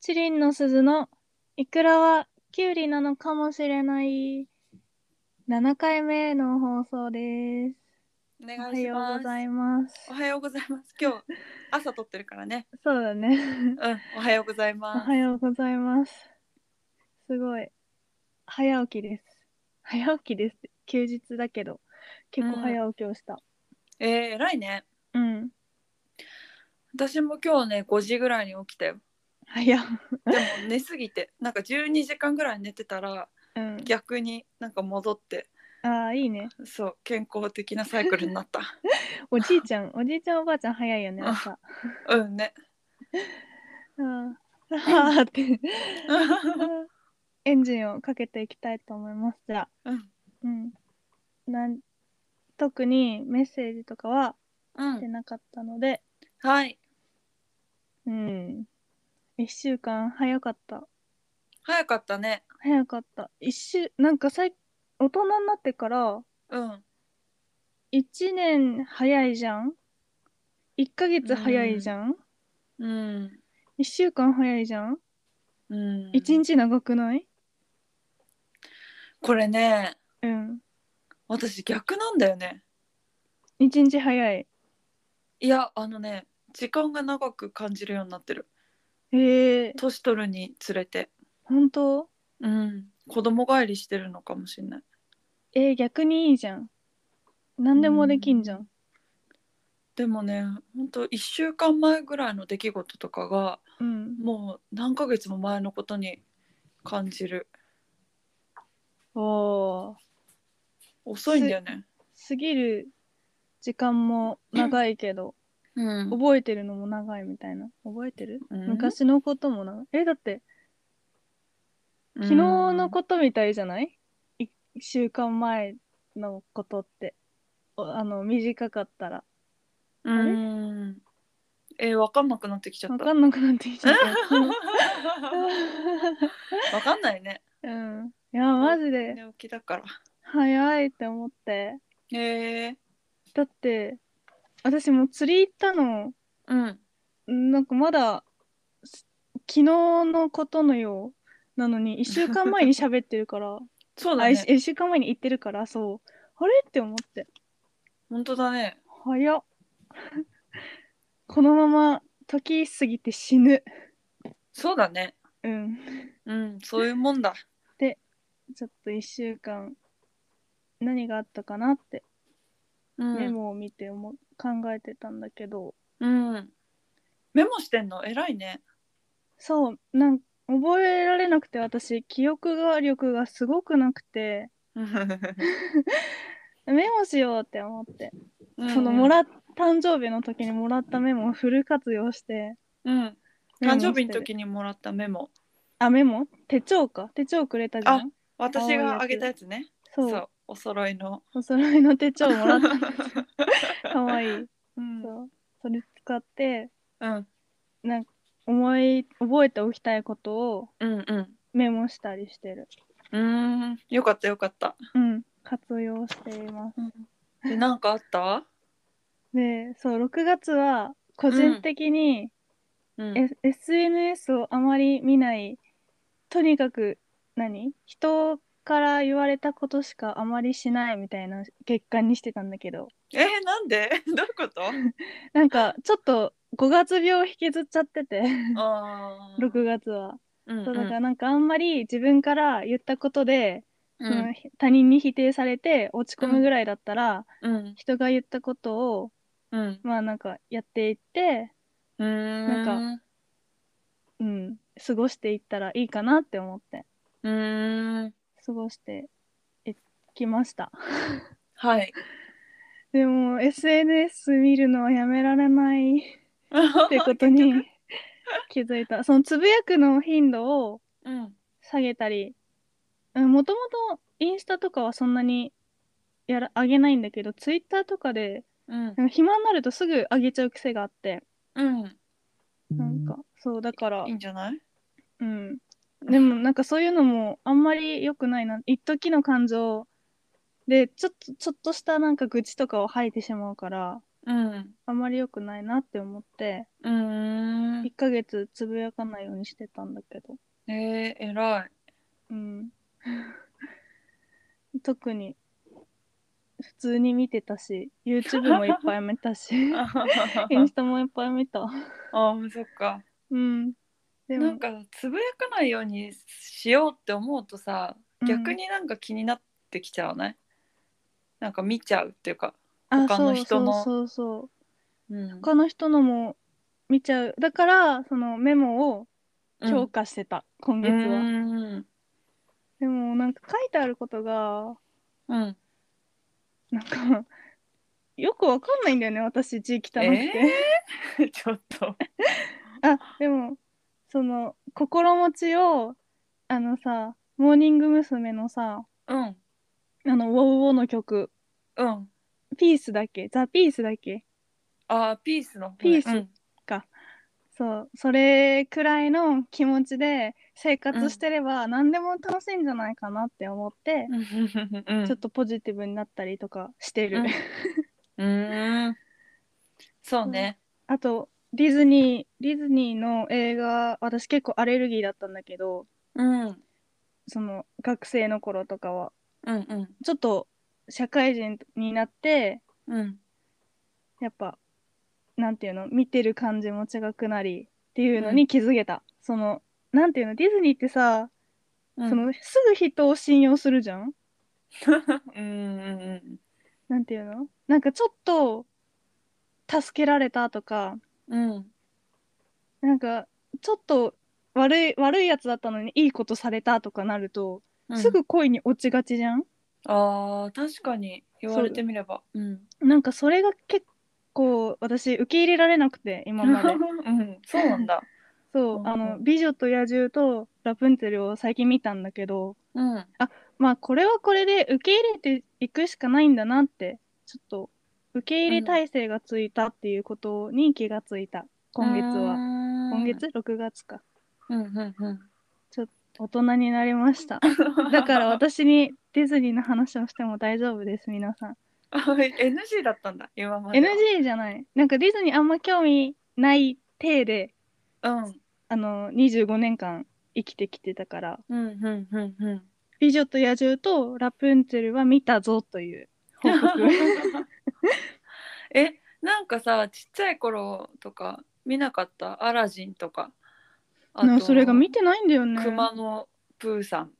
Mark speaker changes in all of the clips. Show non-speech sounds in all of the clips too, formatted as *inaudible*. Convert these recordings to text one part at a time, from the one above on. Speaker 1: チリンの鈴のイクラはキュウリなのかもしれない7回目の放送です。
Speaker 2: お
Speaker 1: お
Speaker 2: 願
Speaker 1: はい
Speaker 2: し
Speaker 1: よう
Speaker 2: ま
Speaker 1: ご
Speaker 2: す。
Speaker 1: ざいます
Speaker 2: お。はようございます。今日朝撮ってるか
Speaker 1: *laughs*
Speaker 2: らね。
Speaker 1: そうだね。
Speaker 2: うん、おはようござい
Speaker 1: お
Speaker 2: ます。
Speaker 1: はようございます。すごい。早起きです。早起きですって。休日だけど、結構早起きをした。
Speaker 2: えー、偉いね。
Speaker 1: うん。
Speaker 2: 私も今日ね、5時ぐらいに起きたよ。
Speaker 1: 早っ。
Speaker 2: でも寝すぎて、なんか12時間ぐらい寝てたら、
Speaker 1: うん。
Speaker 2: 逆になんか戻って、
Speaker 1: ああ、いいね。
Speaker 2: そう、健康的なサイクルになった。
Speaker 1: おじいちゃん、おじいちゃんおばあちゃん早いよね、朝。
Speaker 2: うんね。 *laughs*
Speaker 1: うん。はあって。 *laughs* エンジンをかけていきたいと思います。じゃあ、
Speaker 2: うん。
Speaker 1: うん、なん特にメッセージとかは
Speaker 2: う
Speaker 1: 出
Speaker 2: ん。
Speaker 1: なかったので、
Speaker 2: はい。
Speaker 1: うん、1週間早かった。
Speaker 2: 早かったね。
Speaker 1: 早かった。一週、なんか最大人になってから、
Speaker 2: うん。
Speaker 1: 1年早いじゃん ?1 ヶ月早いじゃん
Speaker 2: うん。
Speaker 1: ?1 週間早いじゃん
Speaker 2: うん。
Speaker 1: ?1 日長くない
Speaker 2: これね、
Speaker 1: うん。
Speaker 2: 私逆なんだよね。
Speaker 1: 1日早い。
Speaker 2: いや、あのね、時間が長く感じるようになってる。
Speaker 1: ええー、
Speaker 2: 年取るにつれて、
Speaker 1: 本当
Speaker 2: うん、子供帰りしてるのかもしれない
Speaker 1: えー、逆にいいじゃん。何でもできんじゃん。
Speaker 2: でもねほんと1週間前ぐらいの出来事とかが
Speaker 1: うん。
Speaker 2: もう何ヶ月も前のことに感じる
Speaker 1: おー
Speaker 2: 遅いんだよね
Speaker 1: 過ぎる時間も長いけど、
Speaker 2: うん、
Speaker 1: 覚えてるのも長いみたいな。覚えてる、
Speaker 2: うん
Speaker 1: 昔のことも長い。え、だって、昨日のことみたいじゃない、い一週間前のことって。おあの、短かったら。
Speaker 2: うん、うんえー、分かんなくなってきちゃっ
Speaker 1: わ
Speaker 2: た
Speaker 1: かんなくなってきちゃっ
Speaker 2: *laughs* 分かんないね
Speaker 1: た。うん。いや、マジで、
Speaker 2: 寝起きだから
Speaker 1: 早いって思って。
Speaker 2: へえ
Speaker 1: だって、私もう釣り行ったの、
Speaker 2: うん
Speaker 1: なんかまだ、す昨日のことのようなのに、1週間前
Speaker 2: *laughs*
Speaker 1: に喋ってるから、
Speaker 2: そう
Speaker 1: あ
Speaker 2: だね
Speaker 1: 1, 週間前に行ってるからそうあれって思って
Speaker 2: 本当だね
Speaker 1: 早っこのまま時過ぎて死ぬ
Speaker 2: そうだね
Speaker 1: うん
Speaker 2: うんそういうもんだ
Speaker 1: ちょっと1週間何があったかなって
Speaker 2: う
Speaker 1: メ
Speaker 2: ん、
Speaker 1: モを見て思う考えてたんだけど
Speaker 2: うん、メモしてんの偉いね
Speaker 1: そうなん覚えられなくて私記憶が力がすごくなくて
Speaker 2: *laughs*
Speaker 1: メモしようって思って、そのも
Speaker 2: う
Speaker 1: ら誕生日の時にもらったメモをフル活用して
Speaker 2: んうん、うん
Speaker 1: メモし
Speaker 2: 誕
Speaker 1: て
Speaker 2: 生日の
Speaker 1: る
Speaker 2: 時にもらったメモ
Speaker 1: あメモ手帳か手帳くれたじゃん
Speaker 2: 私があげたやつね
Speaker 1: そ
Speaker 2: そううお揃いの
Speaker 1: お揃いの手帳もらったんですよかわいい、
Speaker 2: *laughs* うん
Speaker 1: そうそれ使って
Speaker 2: うん
Speaker 1: 思い覚えておきたいことを
Speaker 2: うんうん
Speaker 1: メモしたりしてる
Speaker 2: うーんよかったよかった
Speaker 1: うん活用しています
Speaker 2: でなんかあった、
Speaker 1: でそう6月は個人的に、
Speaker 2: うん、
Speaker 1: S- SNS をあまり見ないとにかく何人から言われたことしかあまりしないみたいな月間にしてたんだけど
Speaker 2: えーなんで *laughs* どういうこと
Speaker 1: なんかちょっと5月病引きずっちゃってて
Speaker 2: あー
Speaker 1: 6月は。
Speaker 2: うんうん
Speaker 1: そうだからなんかあんまり自分から言ったことで、
Speaker 2: う
Speaker 1: その
Speaker 2: ん
Speaker 1: 他人に否定されて落ち込むぐらいだったら、
Speaker 2: うん
Speaker 1: 人が言ったことを
Speaker 2: うん
Speaker 1: まあなんかやっていって、
Speaker 2: うーん
Speaker 1: なん
Speaker 2: か
Speaker 1: うん、過ごしていったらいいかなって思って
Speaker 2: うーん
Speaker 1: 過ごしていきました。
Speaker 2: はい
Speaker 1: でも SNS 見るのはやめられないってことに気づいた。そのつぶやくの頻度を
Speaker 2: *laughs* うん
Speaker 1: 下げたりもともとインスタとかはそんなにやら上げないんだけどツイッターとかで
Speaker 2: うん
Speaker 1: なんか暇になるとすぐ上げちゃう癖があって
Speaker 2: うん
Speaker 1: なんかそうだから
Speaker 2: いいんじゃない
Speaker 1: うんでもなんかそういうのもあんまり良くないな一時の感情でちょっとちょっとしたなんか愚痴とかを吐いてしまうから
Speaker 2: ううん
Speaker 1: あんまり良くないなって思って、
Speaker 2: うーん
Speaker 1: 1ヶ月つぶやかないようにしてたんだけど、
Speaker 2: えー、偉い
Speaker 1: うん。 *laughs* 特に、普通に見てたし、YouTube もいっぱい見た
Speaker 2: *laughs*
Speaker 1: し、インスタもいっぱい見た。
Speaker 2: あーそっか
Speaker 1: うん。で
Speaker 2: なん
Speaker 1: も、
Speaker 2: かつぶやかないようにしようって思うとさ
Speaker 1: うん
Speaker 2: 逆になんか気になってきちゃうね、なんか見ちゃうっていうか
Speaker 1: あ
Speaker 2: 他の人の
Speaker 1: そうそうそうそう。
Speaker 2: うん
Speaker 1: 他の人のも見ちゃう。だから、そのメモを強化してた、今月は。
Speaker 2: うん
Speaker 1: でもなんか書いてあることが *laughs*
Speaker 2: うん
Speaker 1: なんかよくわかんないんだよね私字汚くて、
Speaker 2: えーちょっと
Speaker 1: あ *laughs* でもその心持ちをあのさモーニング娘。のさ
Speaker 2: うん
Speaker 1: あのウォウウォの曲
Speaker 2: うん
Speaker 1: 「ピース」だっけ「ザ・ピース」だっけ
Speaker 2: あーピースの方ね
Speaker 1: ピース
Speaker 2: うん
Speaker 1: そうそれくらいの気持ちで生活してれば何でも楽しいんじゃないかなって思って、
Speaker 2: うん
Speaker 1: ちょっとポジティブになったりとかしてる、
Speaker 2: うんうーんそうね
Speaker 1: *laughs* あとディズニーディズニーの映画私結構アレルギーだったんだけど
Speaker 2: うんうん
Speaker 1: その学生の頃とかは
Speaker 2: うん
Speaker 1: ちょっと社会人になって
Speaker 2: うん
Speaker 1: やっぱなんていうの見てる感じも違くなりっていうのに気づけた、そのなんていうのディズニーってさ、
Speaker 2: うん
Speaker 1: そのすぐ人を信用するじゃん
Speaker 2: *laughs* うんうん
Speaker 1: なんていうのなんかちょっと助けられたとか
Speaker 2: うんうん
Speaker 1: なんかちょっと悪い悪いやつだったのにいいことされたとかなると、
Speaker 2: うん
Speaker 1: すぐ恋に落ちがちじゃん
Speaker 2: あー確かに言われてみればうん
Speaker 1: なんかそれが結構私受け入れられなくて今ま
Speaker 2: *laughs*
Speaker 1: で
Speaker 2: うん、そうなんだ。
Speaker 1: そううんあの「美女と野獣」と「ラプンツェル」を最近見たんだけど
Speaker 2: うん、
Speaker 1: まあこれはこれで受け入れていくしかないんだなってちょっと受け入れ体制がついたっていうことに気がついた今月は
Speaker 2: は
Speaker 1: 今月6月か
Speaker 2: うんうんうん。
Speaker 1: 大人になりました
Speaker 2: *laughs*
Speaker 1: だから私にディズニーの話をしても大丈夫です皆さん
Speaker 2: あ NG だったんだ今までは。
Speaker 1: NG じゃないなんかディズニーあんま興味ない体で
Speaker 2: うん
Speaker 1: あの25年間生きてきてたから
Speaker 2: うんうんうんうん。
Speaker 1: 「美女と野獣」と「ラプンツェル」は見たぞという報告
Speaker 2: *laughs* えなんかさちっちゃい頃とか見なかったアラジンとか。あ
Speaker 1: な
Speaker 2: と
Speaker 1: それが見てないんだよね
Speaker 2: 熊のプーさん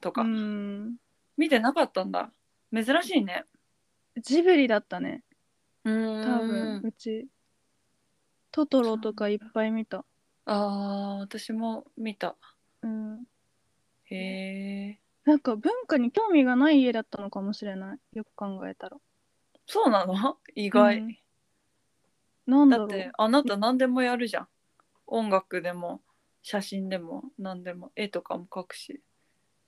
Speaker 2: とか、
Speaker 1: うん
Speaker 2: 見てなかったんだ珍しいね。
Speaker 1: ジブリだったね
Speaker 2: う
Speaker 1: 多
Speaker 2: ーん
Speaker 1: 分うちトトロとかいっぱい見た
Speaker 2: あー私も見た。
Speaker 1: うん
Speaker 2: へえ。
Speaker 1: なんか文化に興味がない家だったのかもしれないよく考えたら
Speaker 2: そうなの *laughs* 意外。
Speaker 1: うんなんだろ
Speaker 2: だっ
Speaker 1: う
Speaker 2: てあなた何でもやるじゃん音楽でも写真でも何でも絵とかも描くし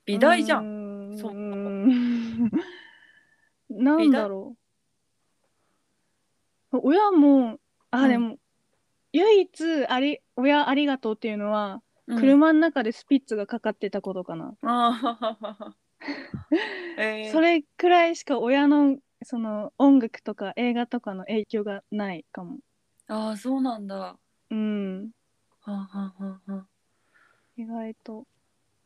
Speaker 2: 美大じゃん
Speaker 1: ん
Speaker 2: そんな
Speaker 1: ん *laughs* なんだろう親も
Speaker 2: う
Speaker 1: あ
Speaker 2: ん
Speaker 1: でも、唯一あり親ありがとうっていうのは、
Speaker 2: うん
Speaker 1: 車の中でスピッツがかかってたことかな、 *laughs*
Speaker 2: あーえー
Speaker 1: それくらいしか親のその音楽とか映画とかの影響がないかも
Speaker 2: あーそうなんだは
Speaker 1: うん
Speaker 2: あはあはあは
Speaker 1: 意外と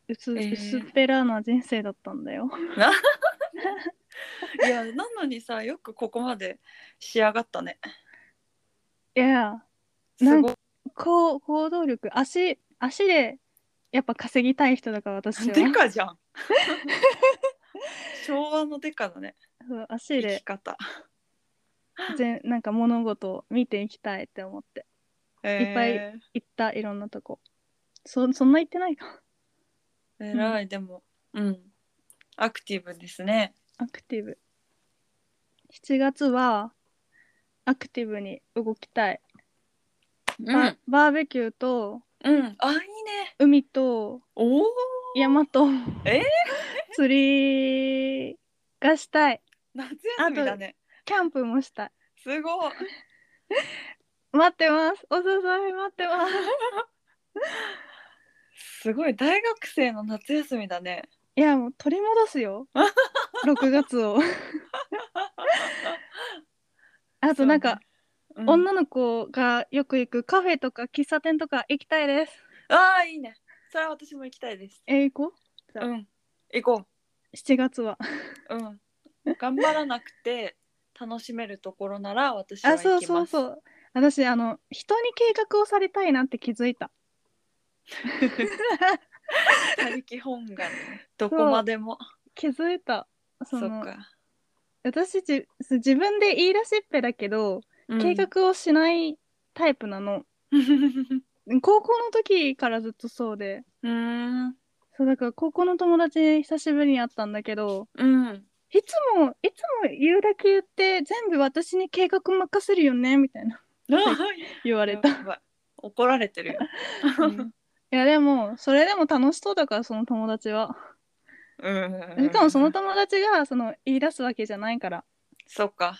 Speaker 1: 薄,、
Speaker 2: えー
Speaker 1: 薄っぺらな人生だったんだよ *laughs*
Speaker 2: あいやなのにさよくここまで仕上がったね
Speaker 1: いや
Speaker 2: す
Speaker 1: なん
Speaker 2: ごい
Speaker 1: 行行動力足足でやっぱ稼ぎたい人だから私は
Speaker 2: デカじゃん *laughs* 昭和のデカだね
Speaker 1: そう足
Speaker 2: 生き
Speaker 1: で
Speaker 2: 方、 *laughs*
Speaker 1: 全なんか物事を見ていきたいって思って
Speaker 2: え
Speaker 1: いっぱい行ったいろんなとこそそんな行ってないか
Speaker 2: えらい、でもうんアクティブですね
Speaker 1: アクティブ7月はアクティブに動きたい、
Speaker 2: う
Speaker 1: ババーベキューと
Speaker 2: うんあいいね
Speaker 1: 海と
Speaker 2: おお
Speaker 1: 山と
Speaker 2: え
Speaker 1: *laughs* 釣りがしたい
Speaker 2: 夏休みだね。
Speaker 1: キャンプもしたい
Speaker 2: すごい。
Speaker 1: 待ってますお誘い待ってます
Speaker 2: すごい大学生の夏休みだね。
Speaker 1: いやもう取り
Speaker 2: *laughs*
Speaker 1: 戻すよ6月をあとなんか、
Speaker 2: そうね、うん
Speaker 1: 女の子がよく行くカフェとか喫茶店とか行きたいです。
Speaker 2: ああいいねそれは私も行きたいです
Speaker 1: えー、行こう
Speaker 2: うん行こ
Speaker 1: う ?7 月は。
Speaker 2: ううん頑張らなくて楽しめるところなら私は行
Speaker 1: あ、
Speaker 2: きます
Speaker 1: そうそうそうう。私、あの、人に計画をされたいなって気づいた。
Speaker 2: 他力本願どこまでも
Speaker 1: 気づいた。
Speaker 2: そ
Speaker 1: その
Speaker 2: っか、
Speaker 1: 私じ自分で言い出しっぺだけど、
Speaker 2: うん
Speaker 1: *laughs* 計画をしないタイプなの。
Speaker 2: う
Speaker 1: 高校の時からずっとそうで。
Speaker 2: ー *laughs* ん
Speaker 1: そうだから高校の友達に久しぶりに会ったんだけど
Speaker 2: うん
Speaker 1: いつもいつも言うだけ言って全部私に計画任せるよねみたいな言われた、
Speaker 2: やばい怒られてるよ
Speaker 1: *laughs* いやでもそれでも楽しそうだからその友達は
Speaker 2: うん
Speaker 1: *laughs* しかもその友達がその言い出すわけじゃないから
Speaker 2: そっか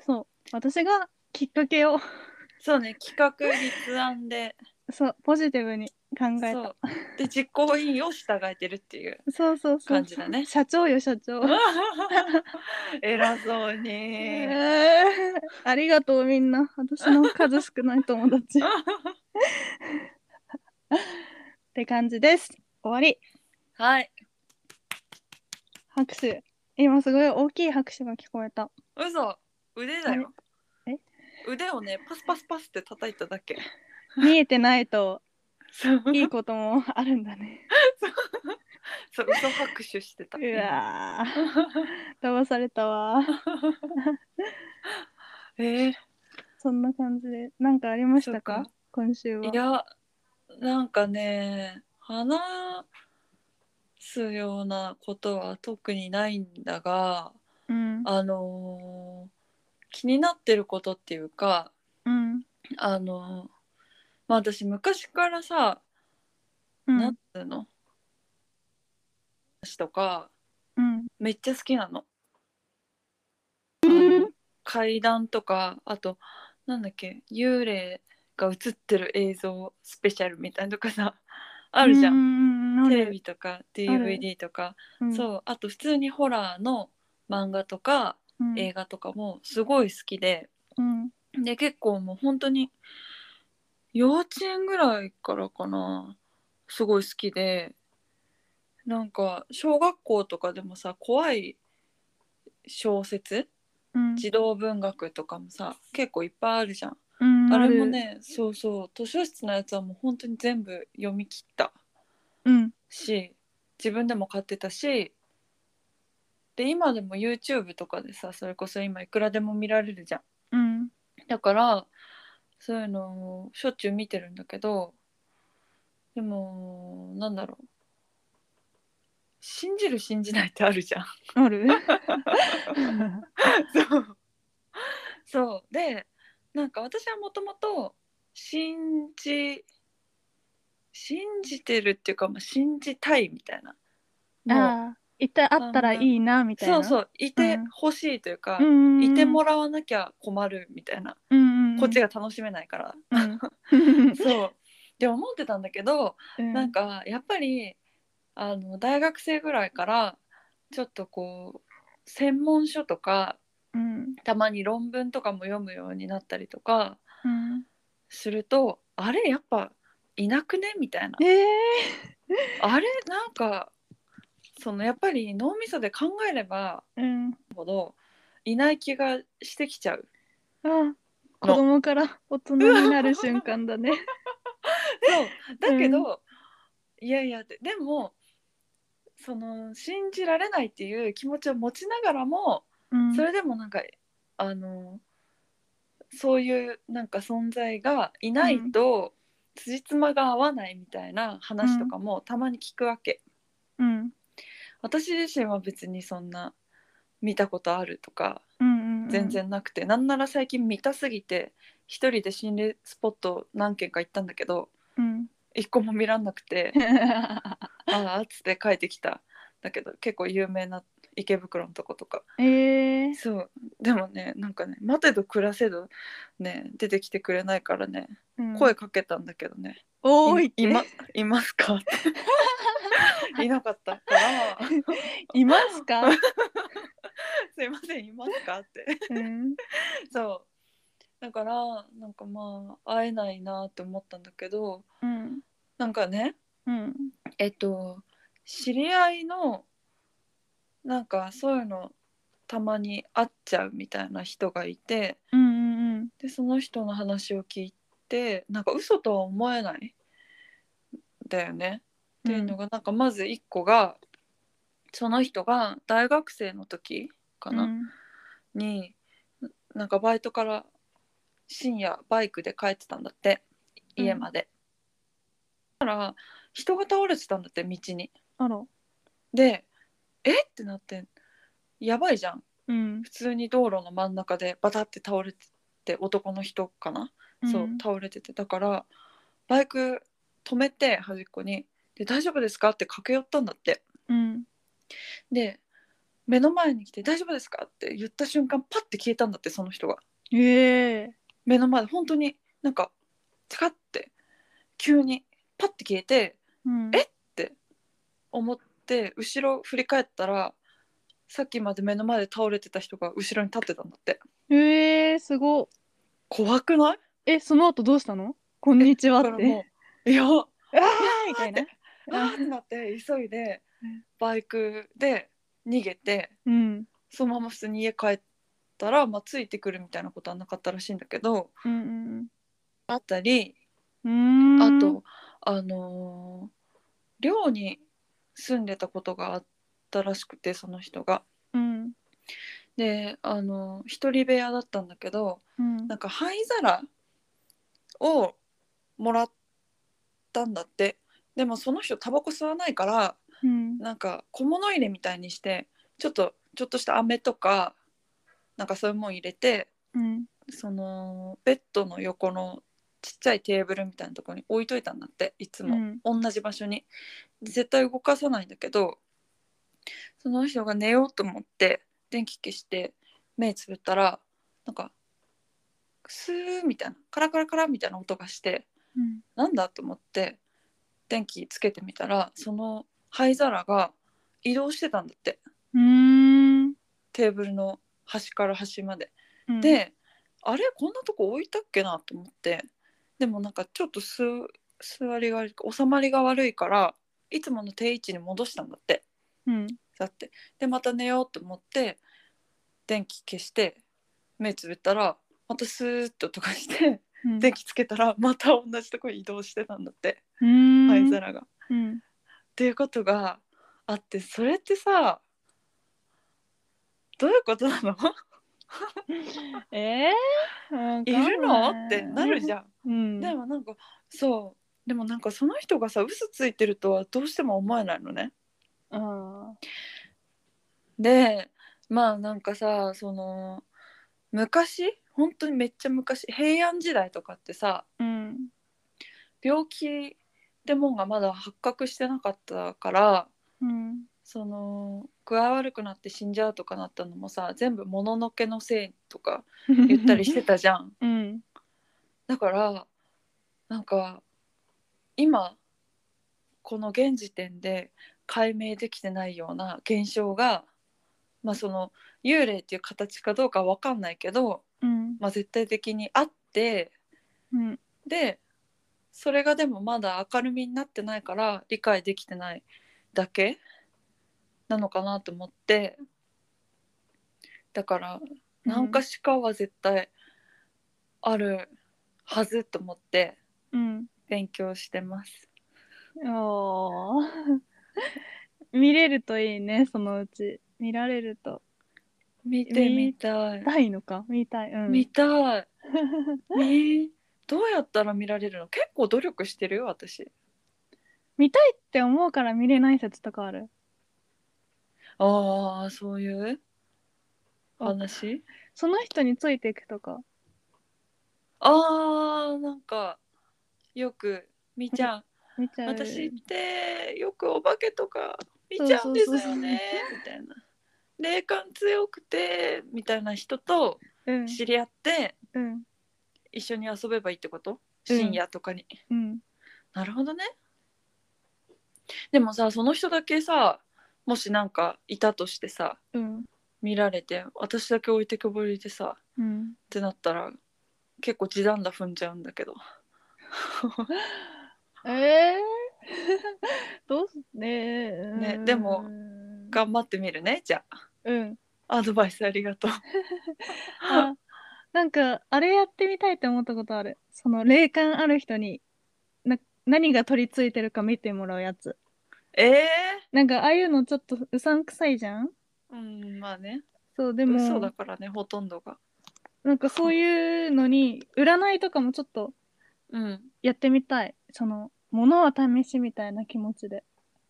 Speaker 1: そう私がきっかけを
Speaker 2: そうね企画立案で
Speaker 1: そうポジティブに考えた
Speaker 2: そうで実行委員を従えてるって
Speaker 1: *laughs*
Speaker 2: いう
Speaker 1: そうそうそう
Speaker 2: 感じだね
Speaker 1: 社長よ社長
Speaker 2: 偉そう
Speaker 1: え
Speaker 2: に
Speaker 1: ーありがとうみんな私の数少ない友達って感じです終わり
Speaker 2: はい
Speaker 1: 拍手今すごい大きい拍手が聞こえ
Speaker 2: *laughs*
Speaker 1: た
Speaker 2: 嘘腕だよ
Speaker 1: え
Speaker 2: 腕をねパスパスパスって叩いただけ
Speaker 1: 見えてないと
Speaker 2: そう
Speaker 1: いいこともあるんだね
Speaker 2: *laughs* そう嘘拍手してた
Speaker 1: うわー
Speaker 2: *laughs*
Speaker 1: 騙されたわ
Speaker 2: えー
Speaker 1: そんな感じで何かありました
Speaker 2: そ
Speaker 1: か
Speaker 2: うか
Speaker 1: 今週はい
Speaker 2: やなんかね話すようなことは特にないんだが
Speaker 1: うん
Speaker 2: あのー気になってることっていうか
Speaker 1: うん
Speaker 2: あのーまあ私昔からさ、
Speaker 1: う
Speaker 2: なん
Speaker 1: ん
Speaker 2: つうの話とか
Speaker 1: うん
Speaker 2: めっちゃ好きなの。階段とかあとなんだっけ幽霊が映ってる映像スペシャルみたいなのとかさあるじゃん。
Speaker 1: ん
Speaker 2: テレビとか DVD とか、
Speaker 1: う
Speaker 2: そうあと普通にホラーの漫画とか
Speaker 1: ん
Speaker 2: 映画とかもすごい好きで、
Speaker 1: うん
Speaker 2: で結構もう本当に幼稚園ぐらいからかなすごい好きでなんか小学校とかでもさ怖い小説
Speaker 1: うん
Speaker 2: 児童文学とかもさ結構いっぱいあるじゃん。
Speaker 1: うん
Speaker 2: あれもねそうそう図書室のやつはもう本当に全部読み切った。
Speaker 1: うん
Speaker 2: し自分でも買ってたしで今でも YouTube とかでさそれこそ今いくらでも見られるじゃん
Speaker 1: うん
Speaker 2: だからそういうのをしょっちゅう見てるんだけどでもなんだろう信じる信じないってあるじゃ
Speaker 1: *laughs*
Speaker 2: ん
Speaker 1: ある
Speaker 2: そうそうでなんか私はもともと信じ信じてるっていうか、まあ、信じたいみたいなもう
Speaker 1: ああ一体あったらいいなみたいな
Speaker 2: そうそうういて
Speaker 1: うん
Speaker 2: ほしいというか、
Speaker 1: ん
Speaker 2: いても
Speaker 1: ら
Speaker 2: らわなきゃ困るみたいな、
Speaker 1: うん
Speaker 2: こっち
Speaker 1: が
Speaker 2: が楽しめないから、
Speaker 1: うん
Speaker 2: そうで思ってたんだけど、なん
Speaker 1: か
Speaker 2: かやっぱりあの大学生ぐらいからちょっとこう専門書とか
Speaker 1: うん
Speaker 2: たまに論文とかも読むようになったりとか
Speaker 1: うん
Speaker 2: するとあれやっぱいなくねみたいな
Speaker 1: ええ
Speaker 2: あれなんかそのやっぱり脳みそで考えれば
Speaker 1: うん
Speaker 2: ほどいない気がしてきちゃう
Speaker 1: あ子供から大人になる瞬間
Speaker 2: *laughs*
Speaker 1: だね。
Speaker 2: そうだけど、いやいやででもその信じられないっていう気持ちを持ちながらも、
Speaker 1: うん
Speaker 2: それでもなんかあのそういうなんか存在がいないと、辻褄が合わないみたいな話とかもたまに聞くわけ、
Speaker 1: うん
Speaker 2: 私自身は別にそんな見たことあるとか
Speaker 1: うんうん
Speaker 2: 全然なくて、なんなら最近見たすぎて一人で心霊スポット何軒か行ったんだけど *laughs*
Speaker 1: うん
Speaker 2: 一個も見らんなくて。
Speaker 1: *laughs*
Speaker 2: ああっつって帰ってきただけど結構有名な池袋のとことか
Speaker 1: えー、
Speaker 2: そうでもねなんかね待てど暮らせどね出てきてくれないからね
Speaker 1: うん
Speaker 2: 声かけたんだけどね「
Speaker 1: 多いって
Speaker 2: いまいますか?」って *laughs* いなかったから *laughs*
Speaker 1: いますか
Speaker 2: すいませんいますか?」って
Speaker 1: うん。
Speaker 2: そうだからなんかまあ会えないなって思ったんだけど
Speaker 1: うん。
Speaker 2: なんかね
Speaker 1: うん。
Speaker 2: えっと知り合いのなんかそういうのたまに会っちゃうみたいな人がいて
Speaker 1: うん。うん。
Speaker 2: でその人の話を聞いてなんか嘘とは思えないんだよね。っていうのがなんかまず一個がその人が大学生の時かな、
Speaker 1: うん
Speaker 2: にななんかバイトから深夜バイクで帰ってたんだって
Speaker 1: うん
Speaker 2: 家まで、だから人が倒れてたんだって道に
Speaker 1: あら。
Speaker 2: でえってなってやばいじゃん
Speaker 1: うん。
Speaker 2: 普通に道路の真ん中でバタって倒れてて男の人かな、そう倒れててだからバイク止めて端っこに「で大丈夫ですか?」って駆け寄ったんだって
Speaker 1: うん。
Speaker 2: で目の前に来て「大丈夫ですか?」って言った瞬間パッて消えたんだってその人が。
Speaker 1: ええ。
Speaker 2: 目の前で本当になんかチカって急にパッて消えて
Speaker 1: うん。
Speaker 2: え思って後ろ振り返ったらさっきまで目の前で倒れてた人が後ろに立ってたんだって
Speaker 1: ええ、すごっ。
Speaker 2: 怖くない
Speaker 1: え、その後どうしたのこんにちは
Speaker 2: だ
Speaker 1: っ
Speaker 2: から
Speaker 1: て。 *laughs*
Speaker 2: もういやあ
Speaker 1: ああみたいな。
Speaker 2: ーってなって急いで
Speaker 1: うん
Speaker 2: バイクで逃げて
Speaker 1: うん。
Speaker 2: そのまま普通に家帰ったら、まあ、ついてくるみたいなことはなかったらしいんだけど
Speaker 1: うん。
Speaker 2: あったり
Speaker 1: うん。
Speaker 2: あと、。あのー寮に住んでたことがあったらしくてその人が。
Speaker 1: うん。
Speaker 2: で、あのー一人部屋だったんだけど
Speaker 1: うん
Speaker 2: な。んか灰皿をもらったんだってでもその人タバコ吸わないから
Speaker 1: うん。
Speaker 2: なんか小物入れみたいにしてちょっとちょっとした飴とかなんかそういうもん入れて
Speaker 1: うん。
Speaker 2: そのベッドの横のちっちゃいテーブルみたいなところに置いといたんだっていつも。同じ場所に絶対動かさないんだけどその人が寝ようと思って電気消して目つぶったらなんかスーみたいなカラカラカラみたいな音がして
Speaker 1: うん。
Speaker 2: なんだと思って電気つけてみたらその灰皿が移動してたんだって
Speaker 1: うん。
Speaker 2: テーブルの端から端まで。
Speaker 1: うん、
Speaker 2: であれこんなとこ置いたっけなと思ってでもなんかちょっとす座りが悪い収まりが悪いからいつもの定位置に戻したんだって
Speaker 1: うん、
Speaker 2: だってでまた寝ようと思って電気消して目つぶったらまたスーッととかして
Speaker 1: うん、
Speaker 2: 電気つけたらまた同じとこに移動してたんだって
Speaker 1: うーん、
Speaker 2: 灰皿が。っ
Speaker 1: うん、
Speaker 2: ていうことがあってそれってさどういうこと
Speaker 1: *laughs*
Speaker 2: なの
Speaker 1: えー、
Speaker 2: いるのってなるじ
Speaker 1: ゃ
Speaker 2: ゃん。
Speaker 1: ん。うん、
Speaker 2: でもなんかそうでもなんかその人がさ嘘ついてるとはどうしても思えないのね。
Speaker 1: あ
Speaker 2: でまあなんかさその昔本当にめっちゃ昔平安時代とかってさ
Speaker 1: ー、うん、
Speaker 2: 病気ってもんがまだ発覚してなかったから
Speaker 1: うん、
Speaker 2: その具合悪くなって死んじゃうとかなったのもさ全部もののけのせいとか言ったりしてたじゃん。
Speaker 1: うん、
Speaker 2: だからなんか今この現時点で解明できてないような現象がまあその幽霊っていう形かどうかわかんないけど、
Speaker 1: うん、
Speaker 2: まあ、絶対的にあって
Speaker 1: うん、
Speaker 2: でそれがでもまだ明るみになってないから理解できてないだけなのかなと思ってだから何かしかは絶対あるはずと思って
Speaker 1: うん、
Speaker 2: 勉強してます。
Speaker 1: おー *laughs* 見れるといいね、そのうち。見られると。
Speaker 2: 見てみたい。
Speaker 1: たいのか見たい。うん。
Speaker 2: 見たい。みどうやったら見られるの結構努力してるよ私。
Speaker 1: 見たいって思うから見れない説とかある。
Speaker 2: ああそういう話
Speaker 1: その人についていくとか。
Speaker 2: あーなんかよく「みーちゃん
Speaker 1: 見ちゃう。
Speaker 2: 私ってよくお化けとか見ちゃうんです
Speaker 1: そうそ
Speaker 2: よ
Speaker 1: うそう
Speaker 2: ね」みたいな「霊感強くて」みたいな人と
Speaker 1: うん、
Speaker 2: 知り合って
Speaker 1: うん、
Speaker 2: 一緒に遊べばいいってこと
Speaker 1: うん
Speaker 2: 深夜とかに。
Speaker 1: うん。
Speaker 2: なるほどね。でもさその人だけさもしなんかいたとしてさ
Speaker 1: うん、
Speaker 2: 見られて私だけ置いてけぼりでさっ
Speaker 1: うん。
Speaker 2: てなったら結構地団打踏んじゃうんだけど
Speaker 1: ええ *laughs* どうすね
Speaker 2: ねでも、頑張ってみるねじゃ
Speaker 1: うん。
Speaker 2: あアドバイスありが
Speaker 1: *laughs*
Speaker 2: とう
Speaker 1: あなんか、あれやってみたいって思ったことある。その、霊感ある人に、な、何が取り付いてるか見てもらうやつ。
Speaker 2: ええ
Speaker 1: なんか、ああいうのちょっとうさんくさいじゃん
Speaker 2: うんまあね
Speaker 1: そう、でも、
Speaker 2: 嘘だからねほとんどが
Speaker 1: なんかそういうのに、占いとかもちょっと
Speaker 2: うん
Speaker 1: やってみたい。その、ものは試しみたいな気持ちで。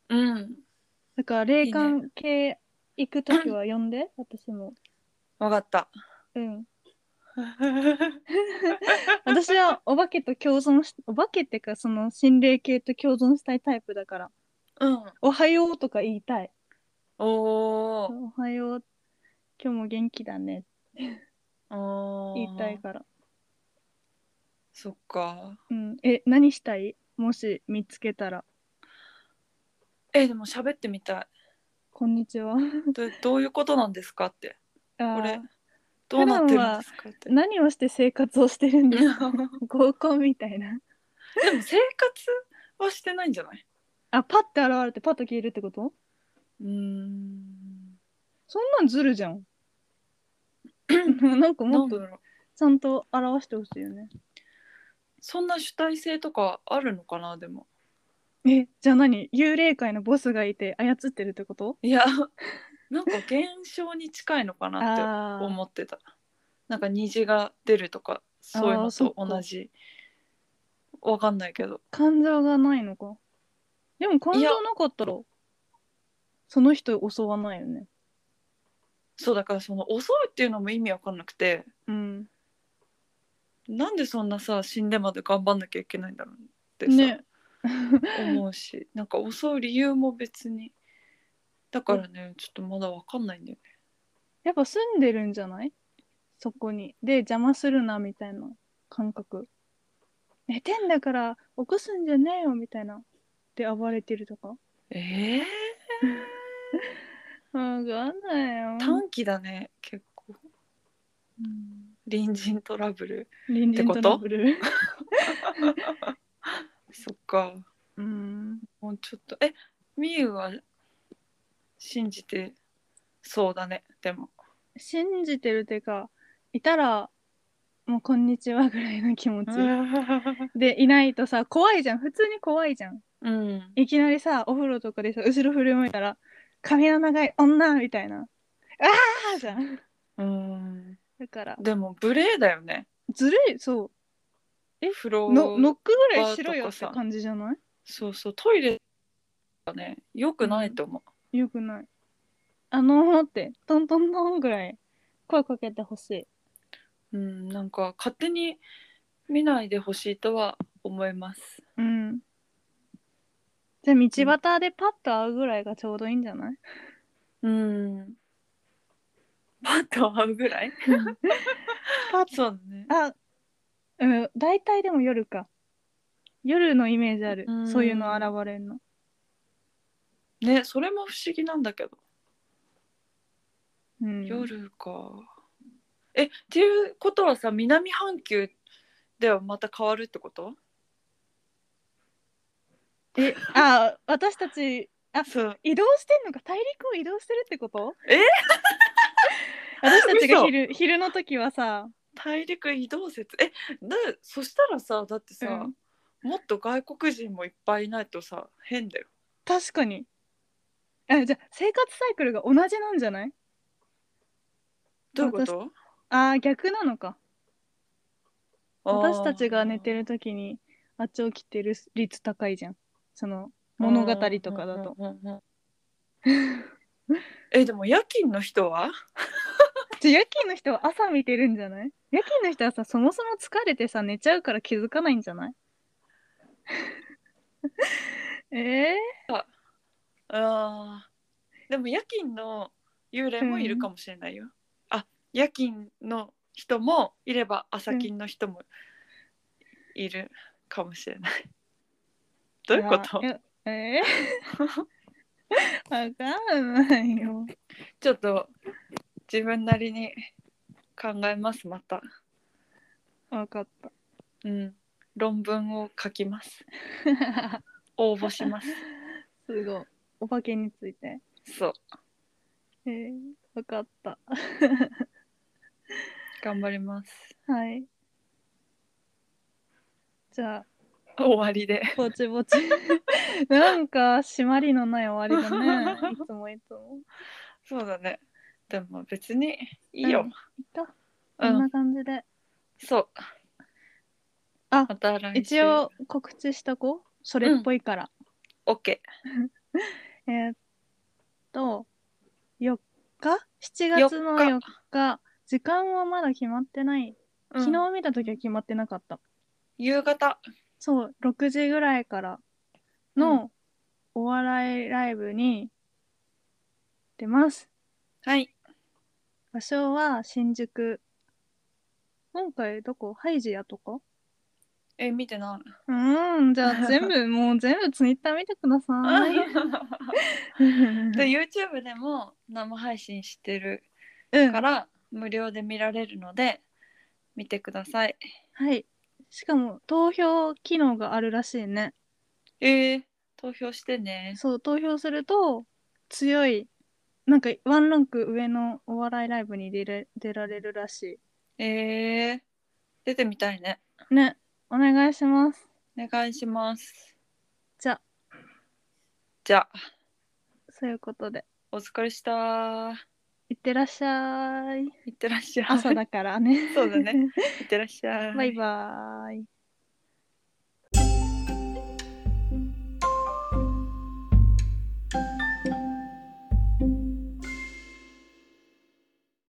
Speaker 2: うん
Speaker 1: だから、霊感系行くときは呼んで、私も。
Speaker 2: わ
Speaker 1: *laughs*
Speaker 2: かった
Speaker 1: うん。私はお化けと共存し、お化けってか、その心霊系と共存したいタイプだから、
Speaker 2: うん
Speaker 1: おはようとか言いたい。
Speaker 2: おー
Speaker 1: おはよう、今日も元気だね、
Speaker 2: おー
Speaker 1: 言いたいから。
Speaker 2: そっか
Speaker 1: うん。え、何したいもし見つけたら、
Speaker 2: えでも喋ってみた
Speaker 1: こんにちは。
Speaker 2: いどどういうことなんですかって
Speaker 1: あー
Speaker 2: これどうなってるんですかって
Speaker 1: 何をして生活をしてるんです
Speaker 2: *laughs*
Speaker 1: か合コンみたいな。
Speaker 2: でも生活はしてないんじゃない
Speaker 1: あ、パッて現れてパッと消えるってこと
Speaker 2: うーん
Speaker 1: そんなんずるじゃん。 *laughs* なんか
Speaker 2: な
Speaker 1: も
Speaker 2: ん
Speaker 1: っ
Speaker 2: だ
Speaker 1: と
Speaker 2: ろう
Speaker 1: ちゃんと表してほしいよね。
Speaker 2: そんな主体性とかあるのかなでも
Speaker 1: え、じゃあ何幽霊界のボスがいて操ってるってこと
Speaker 2: いやなんか現象に近いのかなって
Speaker 1: あー
Speaker 2: 思ってたなんか虹が出るとかそういう
Speaker 1: あ
Speaker 2: の
Speaker 1: ーそっ
Speaker 2: と
Speaker 1: か
Speaker 2: 同じわかんないけど
Speaker 1: 感情がないのか。でも感
Speaker 2: いや
Speaker 1: 情なかったら、その人襲わないよね。
Speaker 2: そうだからその襲うっていうのも意味わかんなくて
Speaker 1: うん。
Speaker 2: なんでそんなさ死んでまで頑張んなきゃいけないんだろうってさ、
Speaker 1: ね。
Speaker 2: 思うしなんか襲う理由も別にだからね、ちょっとまだわかんないんだよね
Speaker 1: やっぱ住んでるんじゃないそこに。で、邪魔するな、みたいな感覚。寝てんだから、起こすんじゃねえよ、みたいな。で、暴れてるとか。
Speaker 2: ええ
Speaker 1: わかんないよ。
Speaker 2: 短期だね結構
Speaker 1: うん
Speaker 2: 隣人トラブル
Speaker 1: 隣人トラブル。
Speaker 2: そっか
Speaker 1: うん。
Speaker 2: もうちょっとえみゆは信じてそうだねでも
Speaker 1: 信じてるてか、いたら、もうこんにちはぐらいの気持ち。で、いないとさ、怖いじゃん。普通に怖いじゃん。
Speaker 2: うん
Speaker 1: いきなりさ、お風呂とかでさ、後ろ振り向いたら、髪の長い女みたいな。ああじゃん。
Speaker 2: うん
Speaker 1: だから、
Speaker 2: でも無礼だよね
Speaker 1: ずるい、そう。え
Speaker 2: 風呂
Speaker 1: のノックぐらいしろよ
Speaker 2: バ
Speaker 1: っ
Speaker 2: ーとか
Speaker 1: て
Speaker 2: さ
Speaker 1: 感じじゃない
Speaker 2: そうそうトイレがねよくないと思う、
Speaker 1: よくない。あのーって、トントントンぐらい声かけてほしい。
Speaker 2: うん、なんか勝手に見ないでほしいとは思います。
Speaker 1: うん。じゃあ、道端でパッと会うぐらいがちょうどいいんじゃない、
Speaker 2: うん。パッと会うぐらい
Speaker 1: パッ
Speaker 2: *laughs* そうだね。
Speaker 1: あ、うん、大体でも夜か。夜のイメージある
Speaker 2: う。ん
Speaker 1: そういうの現れるの。
Speaker 2: ね、それも不思議なんだけど。
Speaker 1: うん、
Speaker 2: 夜か。え、っていうことはさ、南半球ではまた変わるってこと
Speaker 1: え、あ、私たち、あ、
Speaker 2: そう。
Speaker 1: 移動してんのか大陸を移動してるってこと
Speaker 2: え
Speaker 1: *laughs* 私たちが
Speaker 2: 嘘
Speaker 1: 昼昼の時はさ、
Speaker 2: 大陸移動説。え、だそしたらさ、だってさ、
Speaker 1: うん
Speaker 2: もっと外国人もいっぱいいないとさ、変だよ。
Speaker 1: 確かに。あ、じゃあ生活サイクルが同じなんじゃない
Speaker 2: どういうこと
Speaker 1: あー、逆なのか。私たちが寝て
Speaker 2: る
Speaker 1: る時にあっちを起きてる率高いじゃん。その物語とかだと。
Speaker 2: うんうんうんうん。え、でも夜勤の人は
Speaker 1: じゃ夜勤の人は朝見てるんじゃない夜勤の人はさそもそも疲れてさ寝ちゃうから気づかないんじゃない *laughs* ええ
Speaker 2: あーでも夜勤の幽霊もいるかもしれないよ。あ夜勤の人もいれば朝勤の人もいるかもしれない。 *laughs* どういうこと
Speaker 1: やええ *laughs* わかんないよ。
Speaker 2: ちょっと自分なりに考えますまた、
Speaker 1: わかった。 *laughs*
Speaker 2: うん、論文を書きます応募します *laughs*
Speaker 1: すごい。お化けについて。
Speaker 2: そう
Speaker 1: えー、 *laughs* わかった。
Speaker 2: 頑張ります
Speaker 1: はい。じゃあ、
Speaker 2: 終わりで
Speaker 1: ぼちぼち。 *laughs* なんか、締まりのない終わりだ
Speaker 2: *laughs*
Speaker 1: ね。いつもいつも。
Speaker 2: そうだねでも別にいいよ、う
Speaker 1: こ
Speaker 2: ん
Speaker 1: んな感じで。
Speaker 2: そう
Speaker 1: あ
Speaker 2: また来週
Speaker 1: 一応、告知しとこう。それっぽいから。
Speaker 2: OK
Speaker 1: えーっと、4日 ?7 月の4日。時間はまだ決まってない。
Speaker 2: うん
Speaker 1: 昨日見た時は決まってなかった。
Speaker 2: 夕方
Speaker 1: そう、6時ぐらいからのお笑いライブに出ます。
Speaker 2: はい
Speaker 1: 場所は新宿。今回どこハイジやとか
Speaker 2: え見てないう
Speaker 1: ーん、じゃあ全 *laughs* 部、もう全部ツイッター見てください。
Speaker 2: *laughs* で YouTube でも生配信してる
Speaker 1: うん、
Speaker 2: か
Speaker 1: は
Speaker 2: ら無料で見られるので見てください
Speaker 1: い。しかも投票機能があるらしいね。
Speaker 2: えー、投票してね
Speaker 1: そう、投票すると強い、なんかワンランク上のお笑いライブに出れ出られるらし
Speaker 2: えー、出てみたいね
Speaker 1: い。ね、お願いします。
Speaker 2: お願いします
Speaker 1: じゃ
Speaker 2: じゃあ
Speaker 1: そういうことで、
Speaker 2: お疲れした
Speaker 1: いってらっしゃい。
Speaker 2: いってらっしゃい *laughs*。
Speaker 1: 朝だからね *laughs*
Speaker 2: そうだね。いってらっしゃい
Speaker 1: バイバーイ。